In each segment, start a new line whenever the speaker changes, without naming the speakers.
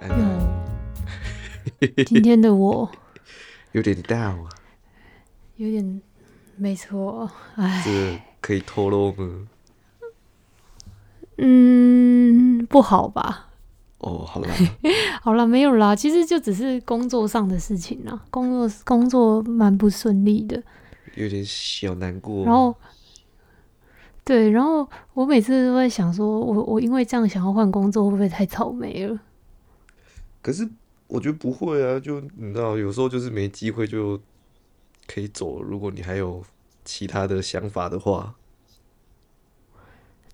嗯今天的我
有点大啊，
有点没错，哎，
这可以透露吗？
嗯，不好吧？
哦，好啦，
好了，没有啦，其实就只是工作上的事情啦，工作工作蛮不顺利的，
有点小难过。
然后。对，然后我每次都在想说，我我因为这样想要换工作，会不会太草莓了？
可是我觉得不会啊，就你知道，有时候就是没机会就可以走。如果你还有其他的想法的话，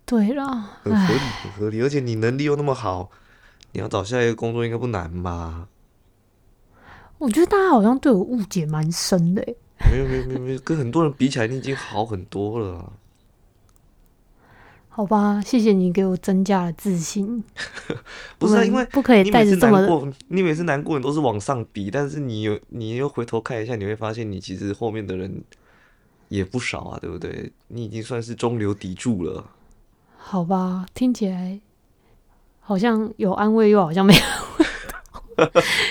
对啦，
很合理，很合理。而且你能力又那么好，你要找下一个工作应该不难吧？
我觉得大家好像对我误解蛮深的欸。
没有没有没有没有，跟很多人比起来，你已经好很多了啊。
好吧，谢谢你给我增加了自信。
不是啊，
我们
因为
不可以
你
带
每
着
次
这
难
么的，
过，你每次难过，你都是往上比，但是你有你又回头看一下，你会发现你其实后面的人也不少啊，对不对？你已经算是中流砥柱了。
好吧？听起来好像有安慰，又好像没有。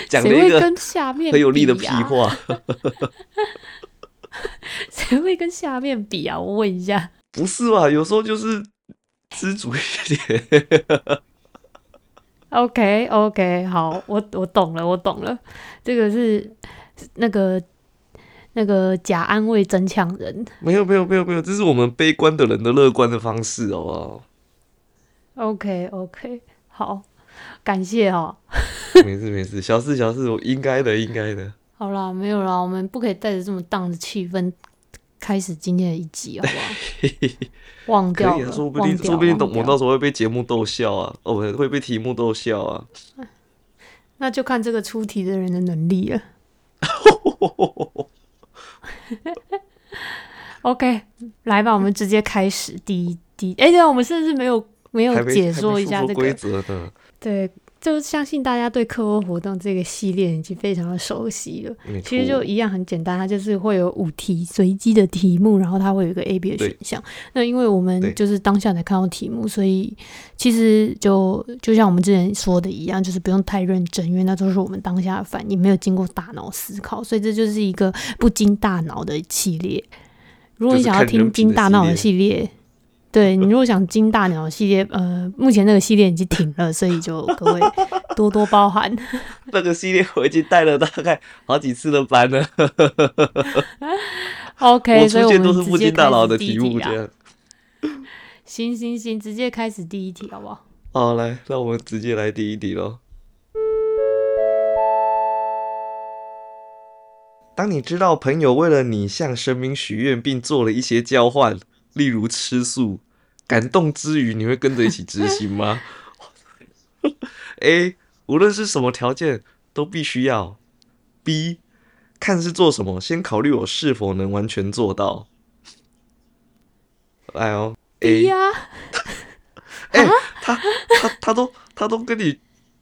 讲了
谁
一
会
个
跟下面、比
很有力的屁
啊？
话，
谁会跟下面比啊？我问一下。
不是吧？有时候就是知足一点。
OK OK，好，我我懂了，我懂了。这个是是那个那个假安慰真呛人。
没有没有没有没有，这是我们悲观的人的乐观的方式，好不好？
OK OK，好，感谢哦。
没事没事，小事小事，我应该的应该的。
好啦，没有啦，我们不可以带着这么荡的气氛开始今天的一集，好不好？ 忘
可
掉
以啊，
了，
说不
忘
定
掉
说不定
忘
懂我
掉
到时候会被节目逗笑啊，哦不会被题目逗笑啊。
那就看这个出题的人的能力了。OK，来吧，我们直接开始第一第一。哎、对啊，我们甚至没有没
还
有
没
解
还
说
没
一下
说
这
规
个，
则呢。
对，就相信大家对课后活动这个系列已经非常的熟悉了。
没
其实
错
就一样很简单，它就是会有五题随机的题目，然后它会有一个 A、B 的
对
选项。那因为我
对
们就是当下才看到题目，所以其实就就像我们之前说的一样，就是不用太认真，因为那都是我们当下的反应，没有经过大脑思考，所以这就是一个不经大脑的系列。如果你
就是
想
看
要
人
听
品
经
的
大
系
脑的
列
系列， 对你如果想经大脑的系列，呃，目前那个系列已经停了，所以就各位多多 包涵。
那个系列我已经带了大概好几次的班了，
OK，
我
所以
出
我
现都
们
是
直
不
接
经
开
大
始
脑的
第一
题目
啊
这样。
行行行，直接开始第一题好不好？
好，来，那我们直接来第一题喽。当你知道朋友为了你向神明许愿并做了一些交换，例如吃素，感动之余，你会跟着一起执行吗？A. 无论是什么条件都必须要。B. 看是做什么，先考虑我是否能完全做到。来哦
对
，A。
呀、
哎、
啊
他他他都他都跟你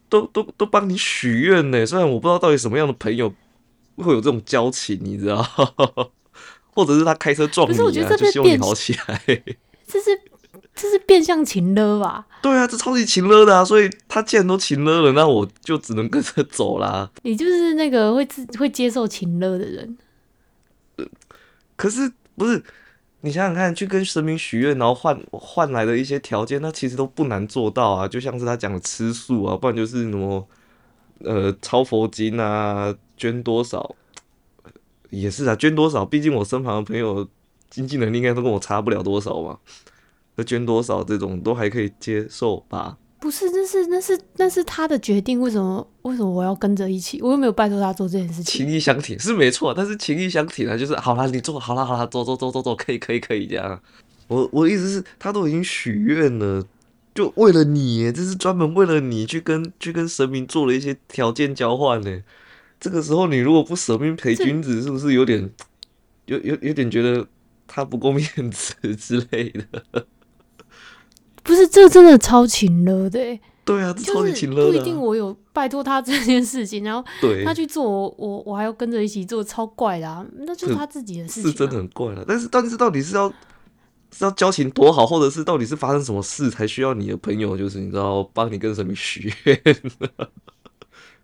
都都都帮你许愿呢，虽然我不知道到底什么样的朋友会有这种交情，你知道， 或者是他开车撞
不
你
是我觉得
啊，
这
就
被
希望你
变
好起来。
这是这是变相情了吧？
对啊，这超级情勒的啊，所以他既然都情勒了，那我就只能跟着走啦。
你就是那个会自会接受情勒的人，
可是不是你想想看，去跟神明许愿，然后换换来的一些条件，那其实都不难做到啊。就像是他讲的吃素啊，不然就是什么呃抄佛经啊，捐多少也是啊，捐多少，毕竟我身旁的朋友经济能力应该都跟我差不了多少嘛。那捐多少这种都还可以接受吧？
不是？那是那是那是他的决定，为什么为什么我要跟着一起？我又没有拜托他做这件事情。
情意相挺是没错，但是情意相挺呢，就是好啦，你做好啦，好啦，走走走走走，可以可以可以这样。我我的意思是，他都已经许愿了，就为了你耶，这是专门为了你去跟去跟神明做了一些条件交换呢。这个时候你如果不舍命陪
这
君子，是不是有点有有有点觉得他不够面子之类的？
不是，这真的超情勒的、欸，
对啊，这
就
超级
是
情勒
不一
的
定
啊、
我有拜托他这件事情，然后
对，
他去做我，我我还要跟着一起做，超怪的、啊，那就是
是
他自己的事情、啊。
是真的很怪了。但是，但是到底是要是要交情多好，或者是到底是发生什么事才需要你的朋友，就是你知道帮你跟神明许愿？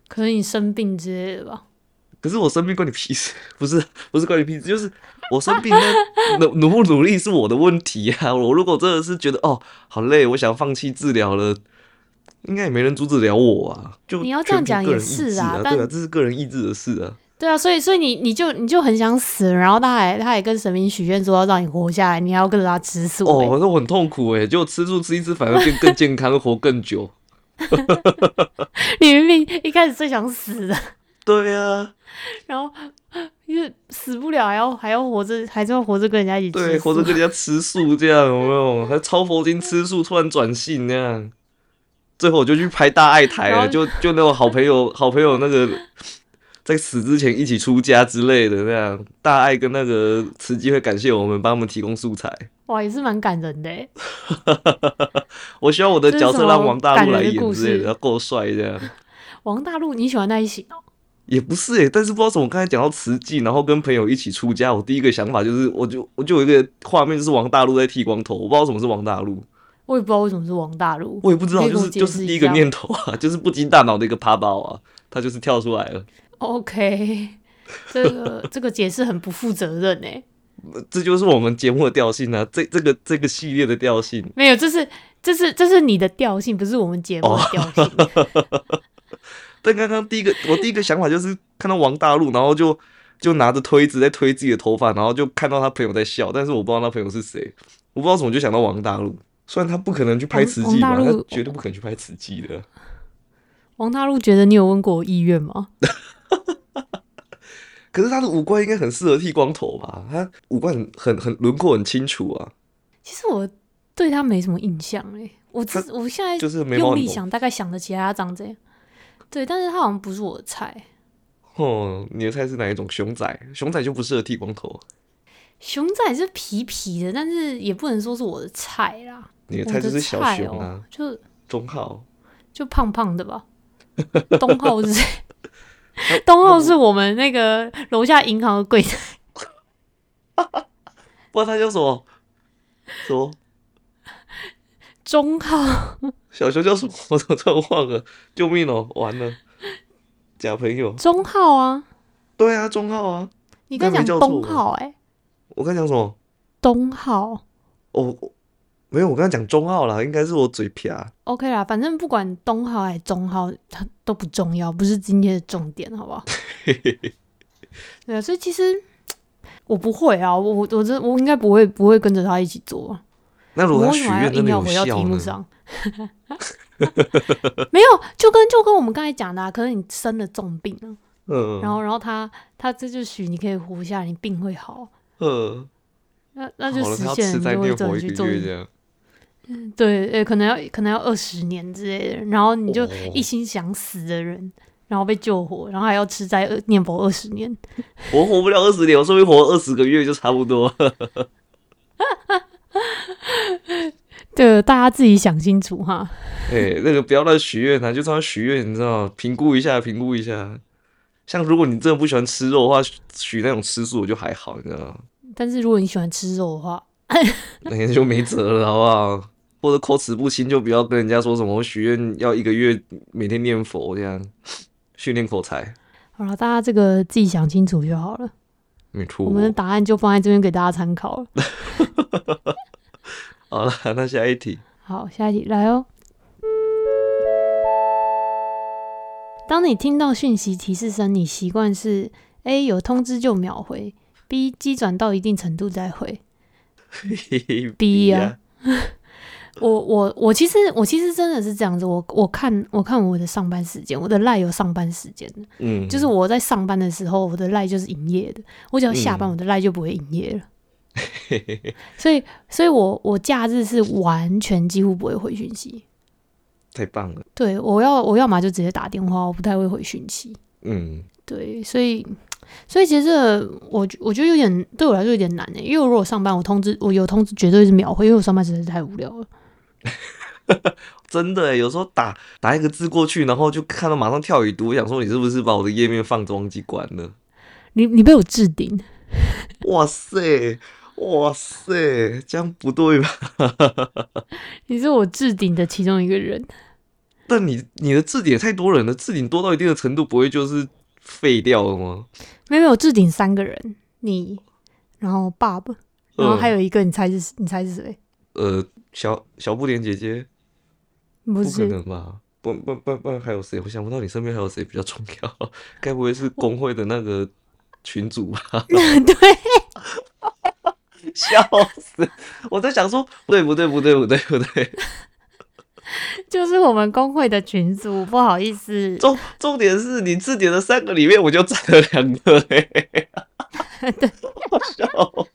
可能你生病之类的吧。
可是我生病关你屁事，不是不是关你屁事，就是我生病那努努不努力是我的问题啊。我如果真的是觉得哦好累，我想放弃治疗了，应该也没人阻止了我啊。就
你要这
全凭
样讲
个
也
人意
是
志
啊
啊，
但
对啊，这是个人意志的事啊。
对啊，所以所以你你就你就很想死，然后他还他还跟神明许愿说要让你活下来，你还要跟着他吃素、
哦，
欸
我说我很痛苦哎，结果吃素吃一吃反而变更健康，活更久。
你明明一开始最想死的，
对啊，
然后因为死不了还要还要活着，还是要活着跟人 家一起吃
对，
素
活着跟人家吃素这样有没有？还超佛经吃素，突然转性那样。最后我就去拍大爱台
然
了，
后
就就那种好朋友，好朋友那个在死之前一起出家之类的那样。大爱跟那个慈济会感谢我们，帮我们提供素材。
哇，也是蛮感人的、欸。
我希望我的角色让王大陆来
这是什么感人的
演
故
之类
事
的，要够帅这样。
王大陆，你喜欢那一型哦？
也不是诶、但是不知道怎么，刚才讲到慈济，然后跟朋友一起出家，我第一个想法就是，我就我就有一个画面，就是王大陆在剃光头，我不知道什么是王大陆，
我也不知道为什么是王大陆，
我也不知道，
你可以
就
跟我
是就
解释
是
一
第一个
下
念头啊， 就是不经大脑的一个啪包啊，他就是跳出来了，
OK，这 个这个解释很不负责任哎、
呃这就是我们节目的调性啊，这这个这个系列的调性，
没有，这是这是这是你的调性，不是我们节目的调性。
哦但刚刚第一个，我第一个想法就是看到王大陆，然后就就拿着推子在推自己的头发，然后就看到他朋友在笑，但是我不知道他朋友是谁，我不知道怎么就想到王大陆。虽然他不可能去拍
王
慈
王
济嘛，
大
他
陆
绝对不可能去拍慈济的。
王大陆觉得你有问过我意愿吗？
可是他的五官应该很适合剃光头吧？他五官很很很轮廓很清楚啊，
其实我对他没什么印象哎、我只我现在
就是眉毛
用
很
力
浓。
想，大概想得起来他长怎样。对，但是他好像不是我的菜。
哦，你的菜是哪一种？熊仔，熊仔就不适合剃光头。
熊仔是皮皮的，但是也不能说是我的菜啦。
你的
我
菜就
的
是小
菜
熊
哦
啊，，
就
中号。
就胖胖的吧。 东浩 是谁？东浩是我们那个楼下银行的柜台，
不然他叫什么？什么？
中浩
小熊叫什么？ 我怎么突然忘了？救命哦！完了，假朋友。
中浩啊，
对啊，中号啊。
你刚
那
讲
没叫错
东浩哎、
我刚讲什么？
东浩
哦，我没有，我刚刚讲中号啦，应该是我嘴瓢。
OK 啦，反正不管东浩还是中浩，它都不重要，不是今天的重点，好不好？ 对啊，所以其实我不会啊，我我我这我应该不会不会跟着他一起做啊。
那如
我
果他
为
许
什么要
愿真
硬
的
要
有
回到
效
题目
呢？
上？ 没有，就跟就跟我们刚才讲的、啊，可能你生了重病啊，
嗯，
然后然后他他这就许你可以活下来，你病会好，
嗯，
那那就
好了，
实
他要
现
吃
了，你
斋
就会
念
真
佛
的
一
去
个
做
月
你
这样。
对，呃，可能要可能要二十年之类的，然后你就
哦
一心想死的人，然后被救活，然后还要吃斋呃念佛二十年，
我活不了二十年，我说不定活二十个月就差不多。
对，大家自己想清楚哈。
哎、那个不要乱许愿啊，就这样许愿，你知道吗？评估一下，评估一下。像如果你真的不喜欢吃肉的话，许许那种吃素我就还好，你知道吗？
但是如果你喜欢吃肉的话，
那也就没辙了，好不好？或者口齿不清，就不要跟人家说什么我许愿要一个月每天念佛这样，训练口才。
好了，大家这个自己想清楚就好了。
没
我们的
错。
答案就放在这边给大家参考了。
好了，那下一题。
好，下一题来哦。当你听到讯息提示声，你习惯是 A 有通知就秒回，B 机转到一定程度再回。B 啊我我我其实我其实真的是这样子，我我看我看我的上班时间，我的赖有上班时间的，
嗯，
就是我在上班的时候，我的赖就是营业的，我只要下班，
嗯
我的赖就不会营 业了。所以所以我我假日是完全几乎不会回讯息，
太棒了。
对我要我要么就直接打电话，我不太会回讯息。
嗯，
对，所以所以其实这个我觉我觉得有点对我来说有点难欸呢，因为我如果上班，我通知我有通知绝对是秒回，因为我上班实在是太无聊了。
真的欸耶，有时候打打一个字过去，然后就看到马上跳已读，我想说你是不是把我的页面放着忘记关了？
你你被我置顶，
哇塞，哇塞，这样不对吧？
你是我置顶的其中一个人。
但你你的置顶也太多人了，置顶多到一定的程度，不会就是废掉了吗？
没有没有，置顶三个人，你，然后 Bob，然
嗯
后还有一个，你猜是、你猜是谁？
呃，小小不点姐姐，
不
不可
是，
能吧？不不不不，还有谁？我想不到你身边还有谁比较重要？ 该不会是工会的那个群主吧？
对，
笑死！我在想说，不对不对不对不对不对，
就是我们工会的群主，不好意思，
重重点是你字典的三个里面，我就占了两个哎、欸，好笑哦。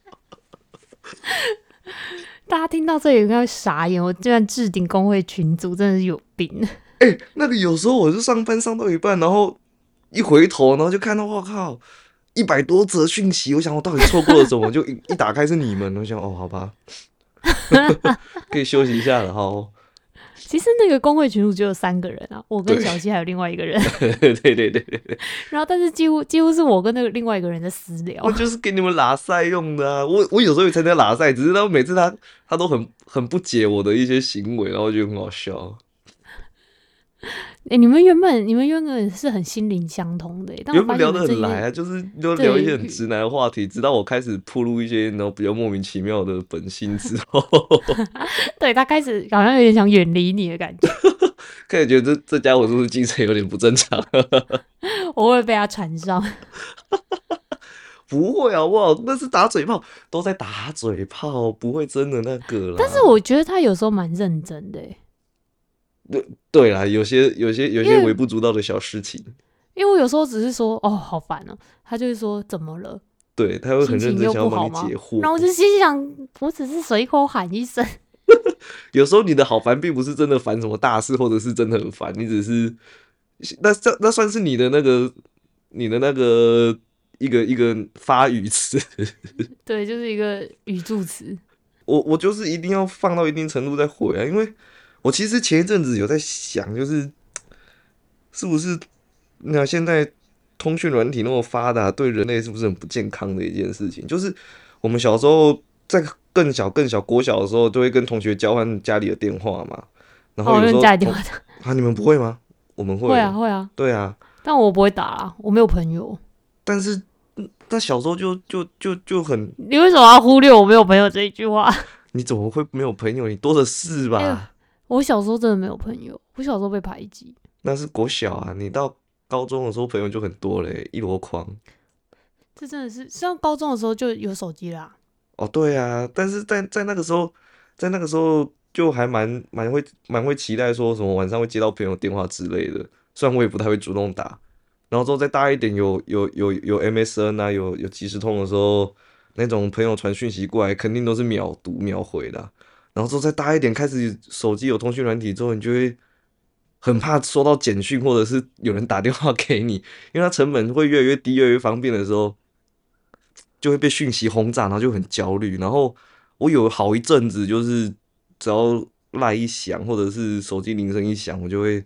大家听到这里应该会傻眼，我居然置顶工会群组，真的是有病。
哎那个有时候我就上班上到一半，然后一回头，然后就看到我靠，一百多则讯息，我想我到底错过了什么？就一一打开是你们，我想哦，好 吧，可以休息一下了哈。 好
其实那个工会群组只有三个人啊，我跟
对
小七还有另外一 个人，
对对对对对，
然后但是几乎几乎是我跟那个另外一个人在私聊
我，就是给你们拉赛用的啊。我我有时候也参加拉赛，只是他每次他他都很很不解我的一些行为，然后我觉得很好笑。
哎、你们原本你们原本是很心灵相通的、欸，但我
原
发
本聊
现
得
你们最
很
近
来啊，就是都聊一些很
对
直男的话题，直到我开始铺露一些然后比较莫名其妙的本性之后，
对他开始好像有点想远离你的感觉，
开始觉得这这家伙是不是精神有点不正常？
偶尔被他缠上。
啊不会好不好？那是打嘴炮，都在打嘴炮，不会真的那个啦。
但是我觉得他有时候蛮认真的、欸，
对啦，有些有些有
因
些
为
微不足道的小事情，
因为我有时候只是说哦好烦哦、他就会说怎么了，
对他会很
心
认
情
真
又
想要
不
帮
好
你
吗
解？惑。
然后我就心想，我只是随口喊一声，
有时候你的好烦并不是真的烦什么大事，或者是真的很烦，你只是那这那算是你的那个你的那个一个一个发语词。
对，就是一个语助词。
我我就是一定要放到一定程度再回啊，因为我其实前一阵子有在想，就是是不是那现在通讯软体那么发达，对人类是不是很不健康的一件事情？就是我们小时候在更小更小国小的时候，都会跟同学交换家里的电话嘛，然后
哦，
有时
人
候
家一定
同
会打，
啊，你们不会吗？我们会，
会啊，会啊，
对啊，
但我不会打啊，我没有朋友。
但是嗯但小时候就就就就很，
你为什么要忽略我没有朋友这一句话？
你怎么会没有朋友？你多的是吧？
哎呦我小时候真的没有朋友，我小时候被排挤。
那是国小啊，你到高中的时候朋友就很多嘞，一箩筐。
这真的是，上高中的时候就有手机啦。
哦，对啊，但是在在那个时候，在那个时候就还蛮蛮会蛮会期待说什么晚上会接到朋友电话之类的，虽然我也不太会主动打。然后之后再大一点有，有有有 MSN 啊，有有即时通的时候，那种朋友传讯息过来，肯定都是秒读秒回的啊。然后之后再大一点，开始手机有通讯软体之后，你就会很怕收到简讯或者是有人打电话给你，因为它成本会越来越低、越来越方便的时候，就会被讯息轰炸，然后就很焦虑。然后我有好一阵子，就是只要赖一响，或者是手机铃声一响，我就会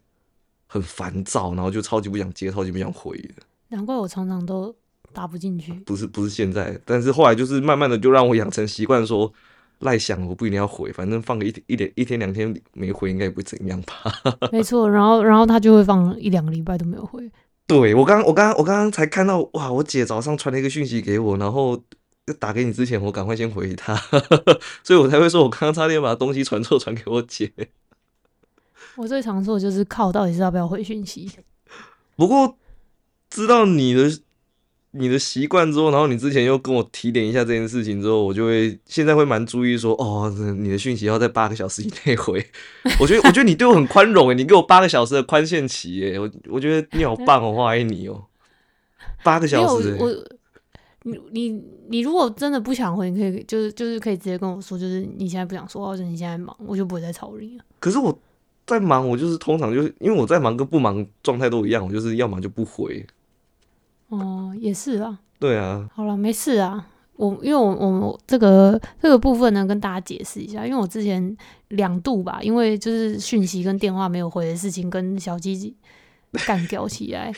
很烦躁，然后就超级不想接，超级不想回的。
难怪我常常都打不进 去。
不是不是现在，但是后来就是慢慢的就让我养成习惯，说赖响我不一定要回，反正放个一天一点一天两天没回，应该也不会怎样吧。
没错，然后然后他就会放一两个礼拜都没有回。
对我刚我刚我刚刚才看到哇，我姐早上传了一个讯息给我，然后打给你之前，我赶快先回她， 所以我才会说我刚刚差点把东西传错，传给我姐。
我最常说的就是靠，到底是要不要回讯息？
不过知道你的你的习惯之后，然后你之前又跟我提点一下这件事情之后，我就会现在会蛮注意说，哦，你的讯息要在八个小时以内回。我觉得我觉得你对我很宽容欸诶，你给我八个小时的宽限期诶，我我觉得你好棒哦，我爱你哦。八个
没有
小
我
时欸诶，
我你你你如果真的不想回，你可以就是就是可以直接跟我说，就是你现在不想说，或者你现在忙，我就不会再吵你了。
可是我在忙，我就是通常就是因为我在忙跟不忙状态都一样，我就是要么就不回。
哦，也是啊。
对啊，
好了，没事啊。我因为我我我这个这个部分呢，跟大家解释一下，因为我之前两度吧，因为就是讯息跟电话没有回的事情，跟小鸡干掉起来。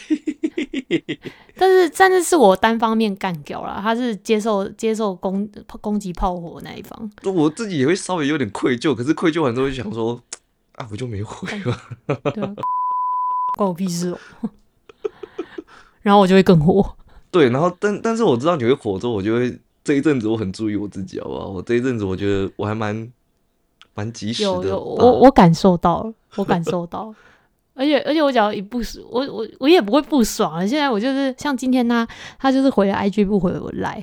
但是但是是我单方面干掉啦，他是接受接受攻攻击炮火那一方。
我自己也会稍微有点愧疚，可是愧疚完之后就想说，啊，不就没回
干
吗？
对啊，关我屁事哦。 然后我就会更火，
对，然后但但是我知道你会火之后，我就会这一阵子我很注意我自己，好不好？我这一阵子我觉得我还蛮蛮及时
有
的啊吧。
有，我我感受到了，我感受到了。而且而且我只要一不爽，我我我也不会不爽啊。现在我就是像今天他他就是回了 IG 不回我来，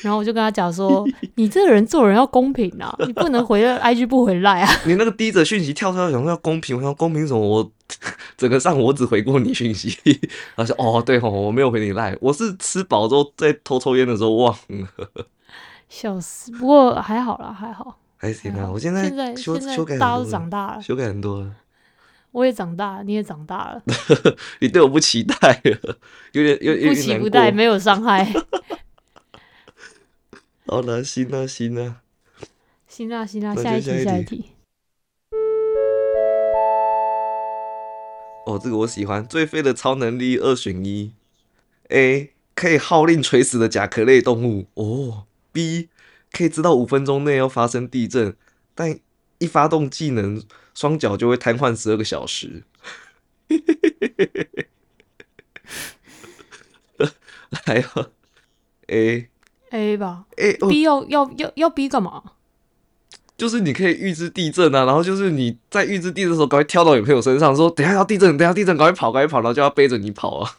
然后我就跟他 讲说，你这个人做人要公平啊，你不能回了 IG 不回来啊。
你那个第一则讯息跳出来，想说要公平，我想公平什么？我 整个上午我只回过你讯息， 然后说哦对吼，我没有回你赖，我是吃饱之后在偷抽烟的时候嗯忘了，
笑死，不过还好啦，还好。
还行
还
啊。
好
我现
现
在
在
修
现在
修改
大家
很
都
多
长
了，
大了，
修改很多了。
我也长大了，你也长大了，
你对我不期待了，有点有有点
不期
难
不
过。
待，没有伤害。
好了，行啊行啊，
行啊行啊，
那
下一
就下
题
一
下一
题
题。
哦这个我喜欢，最废的超能力二选一，A 可以号令垂死的甲壳类动物哦，B 可以知道五分钟内要发生地震，但一发动技能，双脚就会瘫痪十二个小时。 还有哦 A
A 吧
A 哦
，B 要要要要 B 干嘛？
就是你可以预知地震啊，然后就是你在预知地震的时候，赶快跳到你朋友身上，说等一下要地震，等一下地震，赶快跑，赶快跑，然后就要背着你跑啊。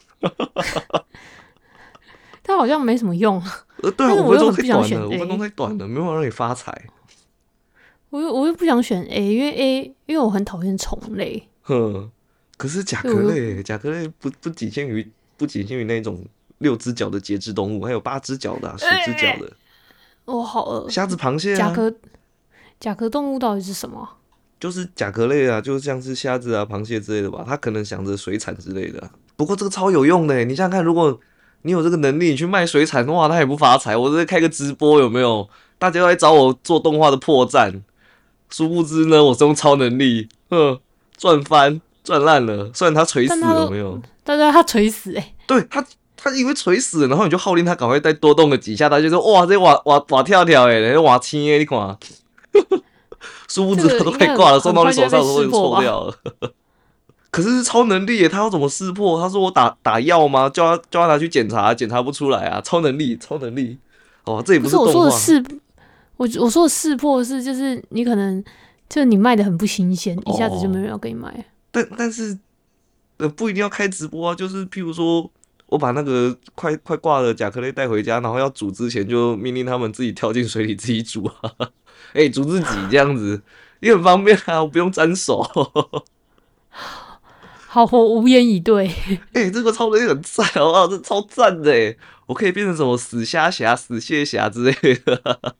它好像没什么用。
呃，对啊，
但是
五
我
分
又
钟
很
太
不想
短
选
了，五
A 嗯
分钟太短了，没办法让你发财。
我又我又不想选 A，因为 A 因为我很讨厌虫类。
哼，可是甲壳类，甲壳类不不仅限于不仅限于那种六只脚的节肢动物，还有八只脚的啊、十只脚
哎
的
我好饿。
虾子、螃蟹
甲
啊，
壳甲壳动物到底是什么？
就是甲壳类啊，就像是虾子啊、螃蟹之类的吧。它可能想着水产之类的啊、不过这个超有用的欸，你想想看，如果你有这个能力，你去卖水产的话，他也不发财。我这开个直播有没有？大家都来找我做动画的破绽，殊不知呢，我是用超能力，哼，赚翻赚烂了。虽然他垂死
但他
了，
都
有没有？
大家它垂死哎、欸，
对他，他以为垂死了，然后你就号令他赶快再多动个几下，他就说哇，这瓦瓦瓦跳跳哎，人家瓦青哎，你看， 殊不知
这个
他都
应该
快挂了，
很
送到你手上
很
都
快就被
已
识
经
破吧
抽掉了。 可是是超能力耶，他要怎么识破？他说我打打药吗？叫他叫他拿去检查，检查不出来啊！超能力，超能力，哦，这也
不
是
是我
动
说的
画，
识，我我说的识破是就是你可能就是你卖的很不新鲜，一下子就没人要给你买。
但但是呃不一定要开直播啊，就是譬如说我把那个快快挂的甲壳类带回家，然后要煮之前就命令他们自己跳进水里自己煮啊，哎、煮自己这样子也很方便啊，我不用沾手，
好，我无言以对。
哎、这个超能力很赞好不好？这超赞的哎，我可以变成什么死虾侠、死蟹侠之类的，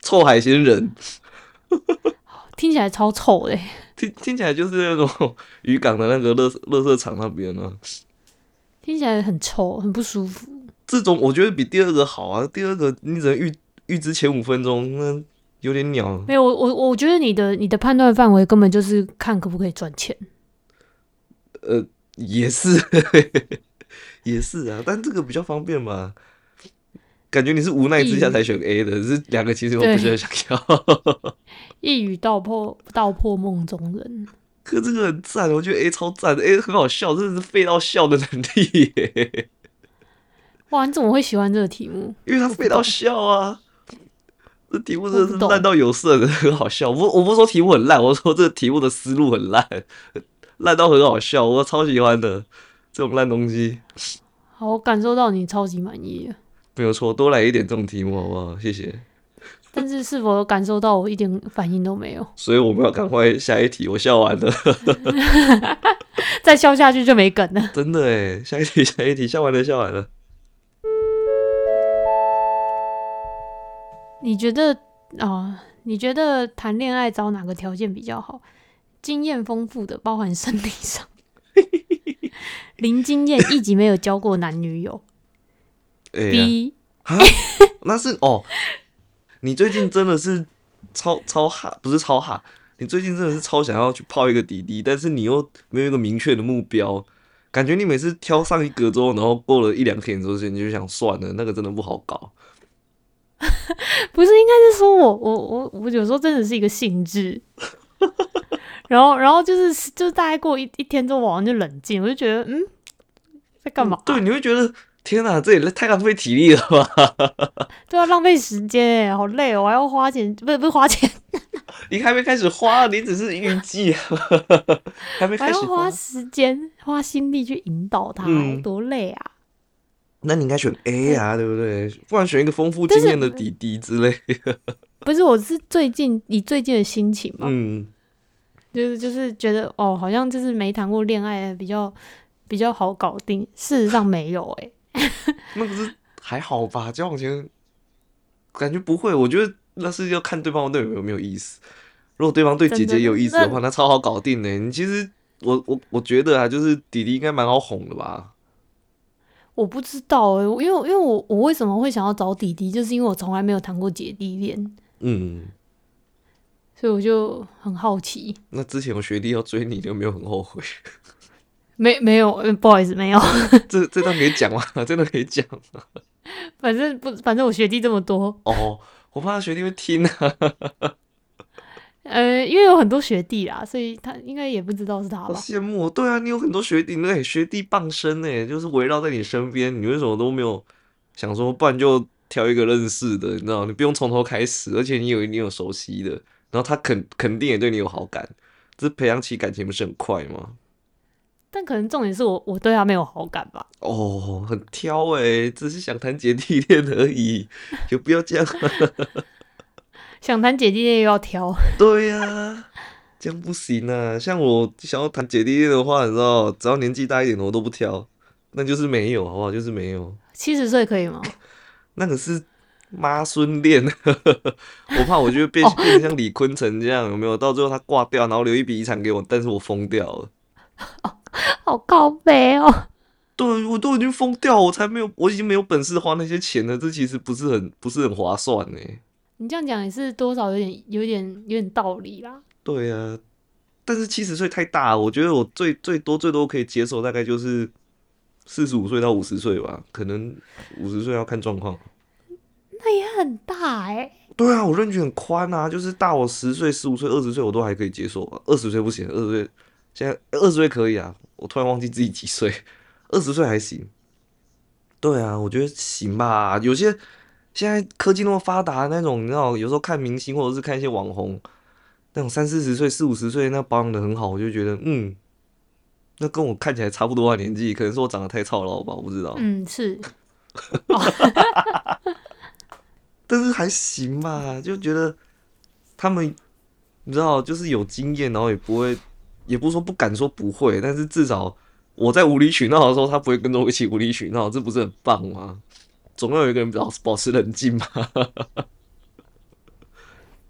臭海鲜人。
听起来超臭的欸、
听听起来就是那种渔港的那个乐乐色场那边呢、啊，
听起来很臭，很不舒服。
这种我觉得比第二个好啊。第二个你只能预预知前五分钟，那有点鸟。
没有，我我我觉得你的你的判断范围根本就是看可不可以赚钱。
呃，也是， 也是啊，但这个比较方便嘛。感觉你是无奈之下才选 A 的，是两个其实我不
对
是很想要。
一语道破道破梦中人，
可这个很赞，我觉得 A 超赞，A 很好笑，真的是废到笑的能力耶，
哇，你怎么会喜欢这个题目？
因为他废到笑啊。这题目真的
我
是
不懂
烂到有色，很好笑。我不我不是说题目很烂，我说这个题目的思路很烂，烂到很好笑，我超喜欢的这种烂东西。
好，我感受到你超级满意了，
没有错，多来一点这种题目好不好？谢谢。
但是是否有感受到我一点反应都没有？
所以我们要赶快下一题，我笑完了，
再笑下去就没梗了。
真的哎，下一题，下一题，笑完了，笑完了。
你觉得啊、你觉得谈恋爱找哪个条件比较好？经验丰富的，包含生理上，零经验一直没有交过男女友。
哎呀
B
啊，那是哦，你最近真的是超超哈，不是超哈，你最近真的是超想要去泡一个弟弟，但是你又没有一个明确的目标，感觉你每次挑上一个之后，然后过了一两天之后，你就想算了，那个真的不好搞。
不是，应该是说我我我我有时候真的是一个兴致， 然后然后就是就是大概过一一天之后，我好像就冷静，我就觉得嗯，在干嘛、
对，你会觉得天哪、这也太浪费体力了吧？
对啊，浪费时间哎，好累哦，我还要花钱，不是不是花钱，
你还没开始花，你只是预 计，啊还没
我还
开
要
始
花时间花心力去引导他，
嗯
多累啊！
那你应该选 A 啊，对不对？不然选一个丰富经验的弟弟之类。
不是，我是最近以最近的心情嘛，
嗯，
就是就是觉得哦，好像就是没谈过恋爱的比较比较好搞定，事实上没有哎、
那不是还好吧？交往前感觉不会，我觉得那是要看对方对你有没有意思。如果对方对姐姐有意思的话，那超好搞定的。欸你其实我我我觉得啊，就是弟弟应该蛮好哄的吧？
我不知道哎、因为因为我我为什么会想要找弟弟，就是因为我从来没有谈过姐弟恋，
嗯，
所以我就很好奇。
那之前我学弟要追你，你有没有很后悔？
没没有、呃不好意思，没有。
这这段可以讲吗？ 真的可以讲吗？
反正不，反正我学弟这么多，
哦，我怕他学弟会听啊。
呃，因为有很多学弟啦，所以他应该也不知道是他
好
吧。
羡慕哦！对啊，你有很多学弟，对，学弟傍身呢，就是围绕在你身边，你为什么都没有想说，不然就挑一个认识的，你知道，你不用从头开始，而且你有你有熟悉的，然后他肯肯定也对你有好感，这培养起感情不是很快吗？
但可能重点是我我对他没有好感吧。
哦，很挑哎，只是想谈姐弟恋而已，就不要这样。啊
想谈姐弟恋又要挑，
对呀、这样不行啊！像我想要谈姐弟恋的话，你知道，只要年纪大一点的我都不挑，那就是没有，好不好？就是没有。
七十岁可以吗？
那个是妈孙恋， 我怕我就变变成像李坤城这样，有没有？到最后他挂掉，然后留一笔遗产给我，但是我疯掉了。
好高悲哦。
对，我都已经疯掉，我才没有，我已经没有本事花那些钱了。这其实不是很不是很划算呢。
你这样讲也是多少有点有点有点道理啦。
对啊，但是七十岁太大了，我觉得我最最多最多可以接受，大概就是四十五岁到五十岁吧，可能五十岁要看状况。
那也很大哎、
对啊，我认知很宽啊，就是大我十岁、十五岁、二十岁我都还可以接受吧，啊二十岁不行，二十岁现在二十岁可以啊，我突然忘记自己几岁， 二十岁还行。对啊，我觉得行吧，有些现在科技那么发达，那种你知道，有时候看明星或者是看一些网红，那种三四十岁、四五十岁那保养的很好，我就觉得嗯，那跟我看起来差不多的年纪，可能是我长得太操劳吧，我不知道。
嗯，是
但是还行吧，就觉得他们，你知道，就是有经验，然后也不会，也不是说不敢说不会，但是至少我在无理取闹的时候，他不会跟着我一起无理取闹，这不是很棒吗？总要有一个人保保持冷静吧。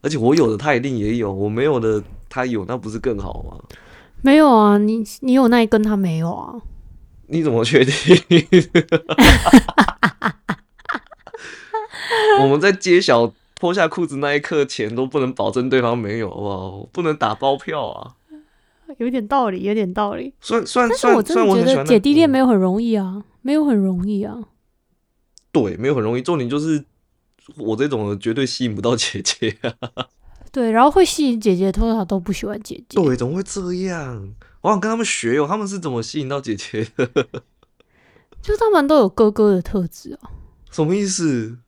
而且我有的他一定也有，我没有的他有，那不是更好吗？
没有啊？你你有那一根，他没有啊？
你怎么确 定？我们在揭晓脱下裤子那一刻前都不能保证对方没有，好不好？不能打包票啊！
有点道理，有点道理。
虽然虽然
但是
虽然
我真
虽然
的
我
觉
很喜
得
欢嗯
姐弟恋
没
没有很容易啊，没有很容易啊。
对，没有很容易。重点就是我这种人绝对吸引不到姐 姐啊！
对，然后会吸引姐姐，通常都不喜欢姐姐。
对，怎么会这样？我想跟他们学哟，他们是怎么吸引到姐姐的？
就是他们都有哥哥的特质啊，
什么意思？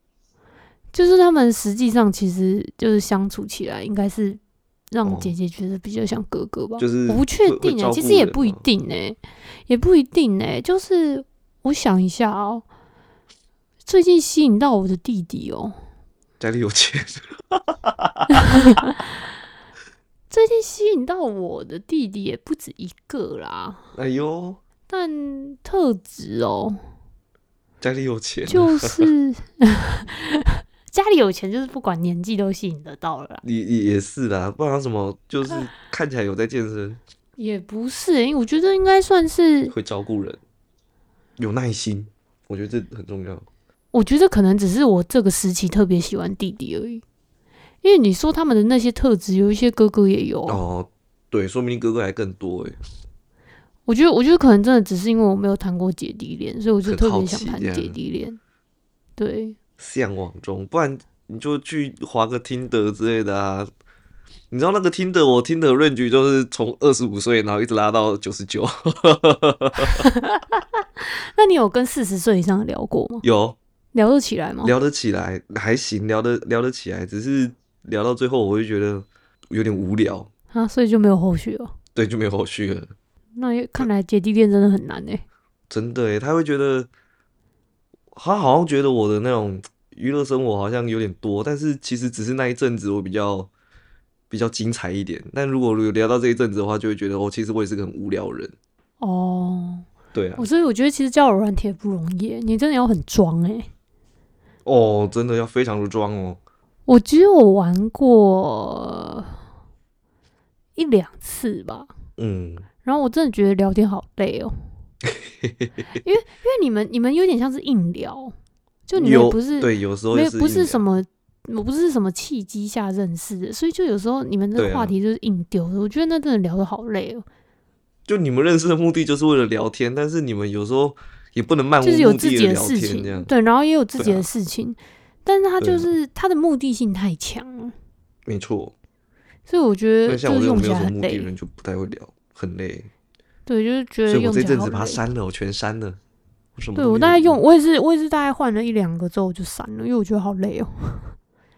就是他们实际上其实就是相处起来，应该是让姐姐觉得比较像哥哥吧。
哦就是
我不确
会会
定哎、
照
其
顾
实也
人
不一
吗
定哎、也不一定哎、就是我想一下哦、最近吸引到我的弟弟哦、
家里有钱，
最近吸引到我的弟弟也不止一个啦，
哎呦，
但特质哦、
家里有钱，
就是 家里有钱，就是不管年纪都吸引得到了啦。
也也也是啦，不然什么就是看起来有在健身。
也不是、欸因为我觉得应该算是，
会照顾人，有耐心，我觉得这很重要。
我觉得可能只是我这个时期特别喜欢弟弟而已。因为你说他们的那些特质，有一些哥哥也有啊。
哦，对，说明哥哥还更多哎，
我觉得，我觉得可能真的只是因为我没有谈过姐弟恋，所以我就
很
特
好
别想
奇
谈
这样
姐弟恋。对，
向往中，不然你就去划个听得之类的啊。你知道那个听的，我听的 range 就是从二十五岁，然后一直拉到九十九。
那你有跟四十岁以上的聊过吗？
有
聊得起来吗？
聊得起来，还行，聊得聊得起来，只是聊到最后，我就觉得有点无聊，
啊，所以就没有后续了。
对，就没有后续了。
那也看来姐弟恋真的很难哎、
真的耶，他会觉得，他好像觉得我的那种娱乐生活好像有点多，但是其实只是那一阵子我比较比较精彩一点。但如果有聊到这一阵子的话，就会觉得哦，其实我也是个很无聊的人。
哦，
对啊
我，所以我觉得其实交友软体也不容易欸、你真的要很装哎、
哦，真的要非常的装哦。
我只有玩过一两次吧，
嗯，
然后我真的觉得聊天好 累哦、因为因为你们你们有点像是硬聊，就你
有
们不是
对，有时候
没
也
有不
硬聊
是什么，我不是什么契机下认识的，所以就有时候你们
对
的
啊
话题就是硬丢的，我觉得那真的聊得好累哦、
就你们认识的目的就是为了聊天，但是你们有时候也不能漫无
就是有
目
自
的
己
地
的
聊
事
天这样
情，。对，然后也有自己
对啊
的事情，但是他
对
就
啊
是他的目的性太强了，
没错，
所以我觉
那
得
像
就
我
是
这种
用
没
起
有
来
什么
很
目的的
累，
人就不太会聊，很累。
对，就是觉
所
得
以我
用
这
起来
阵
好
子把它
累。
删了，我全删了。我什么
对
都没
我
有
大概用，我也是，我也是大概换了一两个之后我就删了，因为我觉得好累哦、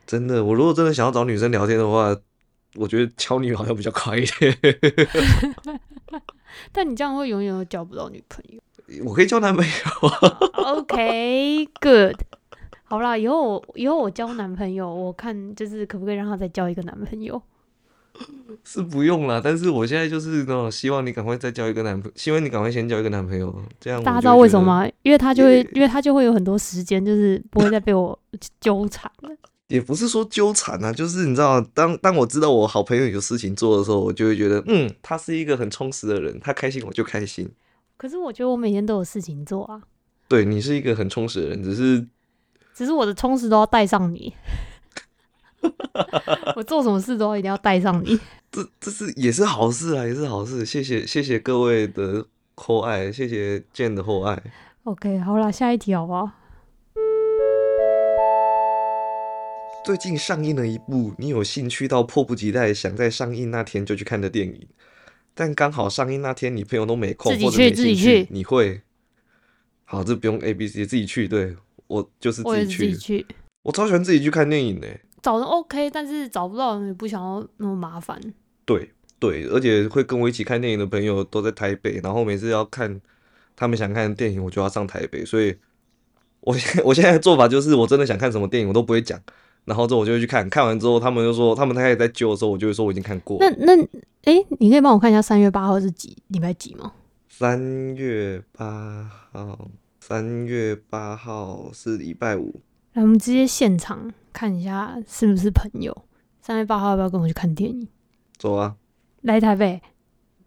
真的，我如果真的想要找女生聊天的话，我觉得敲你好像比较快一点。
但你这样会永远都交不到女朋 友。
我可以交男朋友，
OK，good、好啦，以后我以后我交男朋友，我看就是可不可以让他再交一个男朋友。
是不用啦，但是我现在就是那种希望你赶快再交一个男朋希望你赶快先交一个男朋友，这样嗯
大家
我
知
就
道为什
觉
么
得？
吗？因为他就会
也，
因为他就会有很多时间，就是不会再被我 纠缠了。
也不是说纠缠啊，就是你知道，当当我知道我好朋友有事情做的时候，我就会觉得，嗯，他是一个很充实的人，他开心我就开心。
可是我觉得我每天都有事情做啊，
对你是一个很充实的人，只是
只是我的充实都要带上你。 我做什么事都一定要带上你。
这这是也是好事啊，也是好事。谢谢谢谢各位的厚爱，谢谢 Jane 的厚爱。
OK，好啦，下一题好不好？
最近上映了一部你有兴趣到迫不及待想在上映那天就去看的电影，但刚好上映那天你朋友都没空
自己
或者
去
没
自己
兴趣
去，
你会？好，这不用 A B C，自己去。对我就是
我
自
也
己
是自己
去，
去
我超喜欢自己去看电影的。
找人 OK，但是找不到人也不想要那么麻烦。
对对，而且会跟我一起看电影的朋友都在台北，然后每次要看他们想看的电影，我就要上台北，所以我现我现在的 做法就是，我真的想看什么电影，我都不会讲，然后之后我就会去看，看完之后他们就说，他们开始在揪的时候，我就会说我已经看过
那
了。
那诶，你可以帮我看一下三月八号是几礼拜几吗？
三月八号，三月八号是礼拜五，
来，我们直接现场看一下是不是朋友。三月八号要不要跟我去看电影？
走啊，
来台北？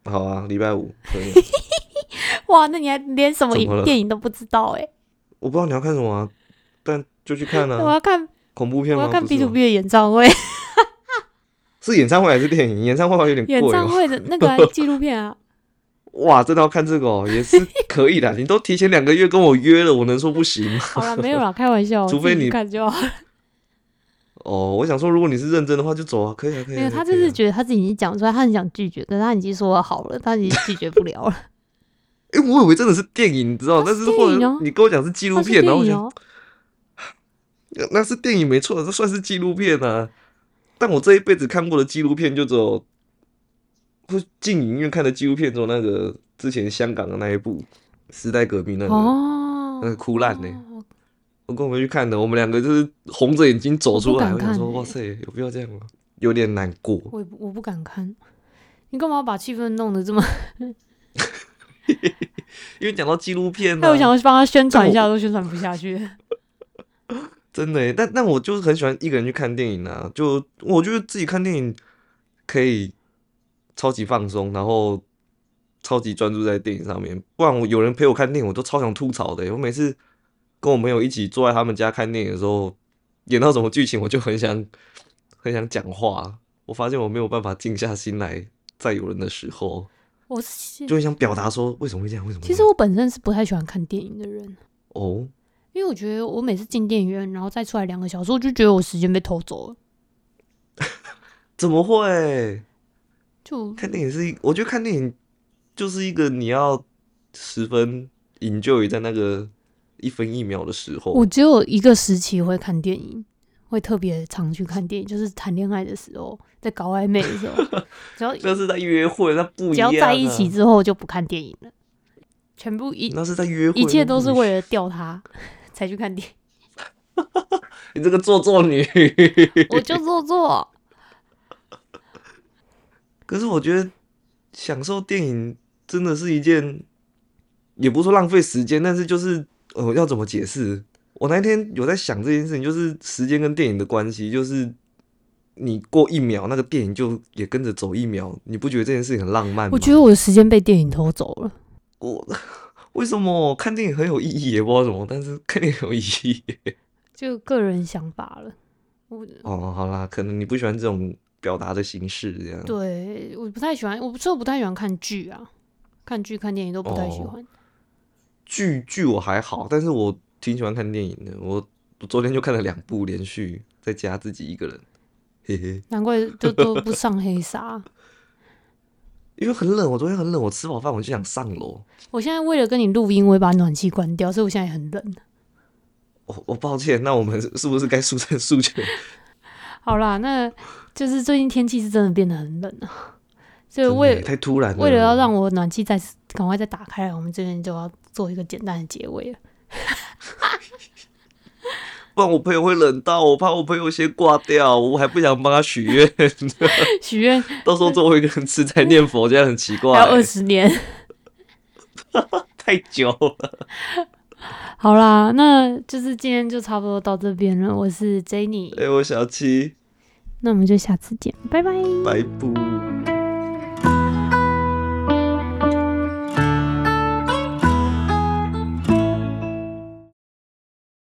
好啊，礼拜五可以。
哇，那你还连什么
怎么了
影电影都不知道哎、
我不知道你要看什么啊、但就去看
我
啊，
要看
恐怖
我
片吗？
要看
不是
B to
吗
B 的演唱会，
是演唱会还是电影？演唱会好像有点贵
演
哦。
唱会 的那个啊纪录片啊。
哇，真的要看这个哦，也是可 以的。你都提前两个月跟我约了，我能说不行吗？
好了，没有啦，开玩笑，我
除非
自己
你
看就好。
哦，我想说，如果你是认真的话，就走啊，可以啊，可以啊。
没有，
可以
他就是
可以啊
觉得他自己已经讲出来，他很想拒绝，可是他已经说好了，他已经拒绝不了了。
诶，我以为真的是电影，你知道，
它
但
是
是或
电影
者
哦
你跟我讲是 纪录
他是
片，然
电
后我
影
想
哦，
那是电影没错，这算是纪录片啊。但我这一辈子看过的纪录片就只有，会进影院看的纪录片只有那个之前香港的那一部《时代革命》那个，
哦，
那个哭嗯烂欸呢。
哦
我跟我们去看的，我们两个就是红着眼睛走出来，
我
我
不
想
敢看
说，
欸
哇塞，有必要这样吗？有点难过。
我也不我不敢看。你干嘛要把气氛弄得这 么？
因为讲到纪录片、啊，
哎那我想要帮他宣传一 下，
但
都宣传不下去。
真的耶，欸但但我就是很喜欢一个人去看电影啊，就我觉得自己看电影可以超级放松，然后超级专注在电影上面。不然我有人陪我看电影，我都超想吐槽的欸耶。我每次跟我朋友一起坐在他们家看电影的时候，演到什么剧情，我就很想很想讲话。啊我发现我没有办法静下心来，在有人的时候，
我是
就很想表达说为什么会这样，为什么会
嗯其
这
实
样
我本身是不太喜欢看电影的人，
哦，
因为我觉得我每次进电影院，然后再出来两个小时，我就觉得我时间被偷走了。
怎么会？
就
看电影是一，我觉得看电影就是一个你要十分 enjoy 在那个一分一秒的时候
我。只有一个时期会看电影，会特别常去看电影，就是谈恋爱的时候，在搞暧昧的时 候，只要
那是在约会，那不一
只
样、
要
啊。
在一起之后就不看电影了，全部一
那是在约会，
一切都是为
了
了钓他 才去看电 影。
你这个做作女。
我就做作，
可是我觉得享受电影真的是一件，也不是说浪费时间，但是就是呃，要怎么解释？我那天有在想这件事情，就是时间跟电影的关系，就是你过一秒，那个电影就也跟着走一秒，你不觉得这件事情很浪漫吗？
我觉得我的时间被电影偷走了。
我为什么看电影很有意义，也不知道什么，但是看电影有意义。
就个人想法了。我
哦，好啦，可能你不喜欢这种表达的形式，这样。
对我不太喜欢，我不是我不太喜欢看剧啊，看剧看电影都不太喜
哦
欢。
剧剧我还好，但是我挺喜欢看电影的。我我昨天就看了两部连续，在家自己一个人，嘿嘿。
难怪就都不上黑沙。
因为很冷，我昨天很冷，我吃饱饭我就想上楼。
我现在为了跟你录音，我会把暖气关掉，所以我现在很冷。
我我抱歉，那我们是不是该速战速决？
好啦，那就是最近天气是真的变得很冷啊，所
真
以
的
为
太突然了。
为了要让我暖气再赶快再打开来，我们这边就要做一个简单的结尾了。
不然我朋友会冷到，我怕我朋友先挂掉，我还不想帮他许愿，
许愿
到时候最后一个人吃斋念佛，这样很奇
还
怪
有，二十年。
太久了。
好啦，那就是今天就差不多到这边了。我是 Jenny，
哎、我小七，
那我们就下次见，拜拜。
白布。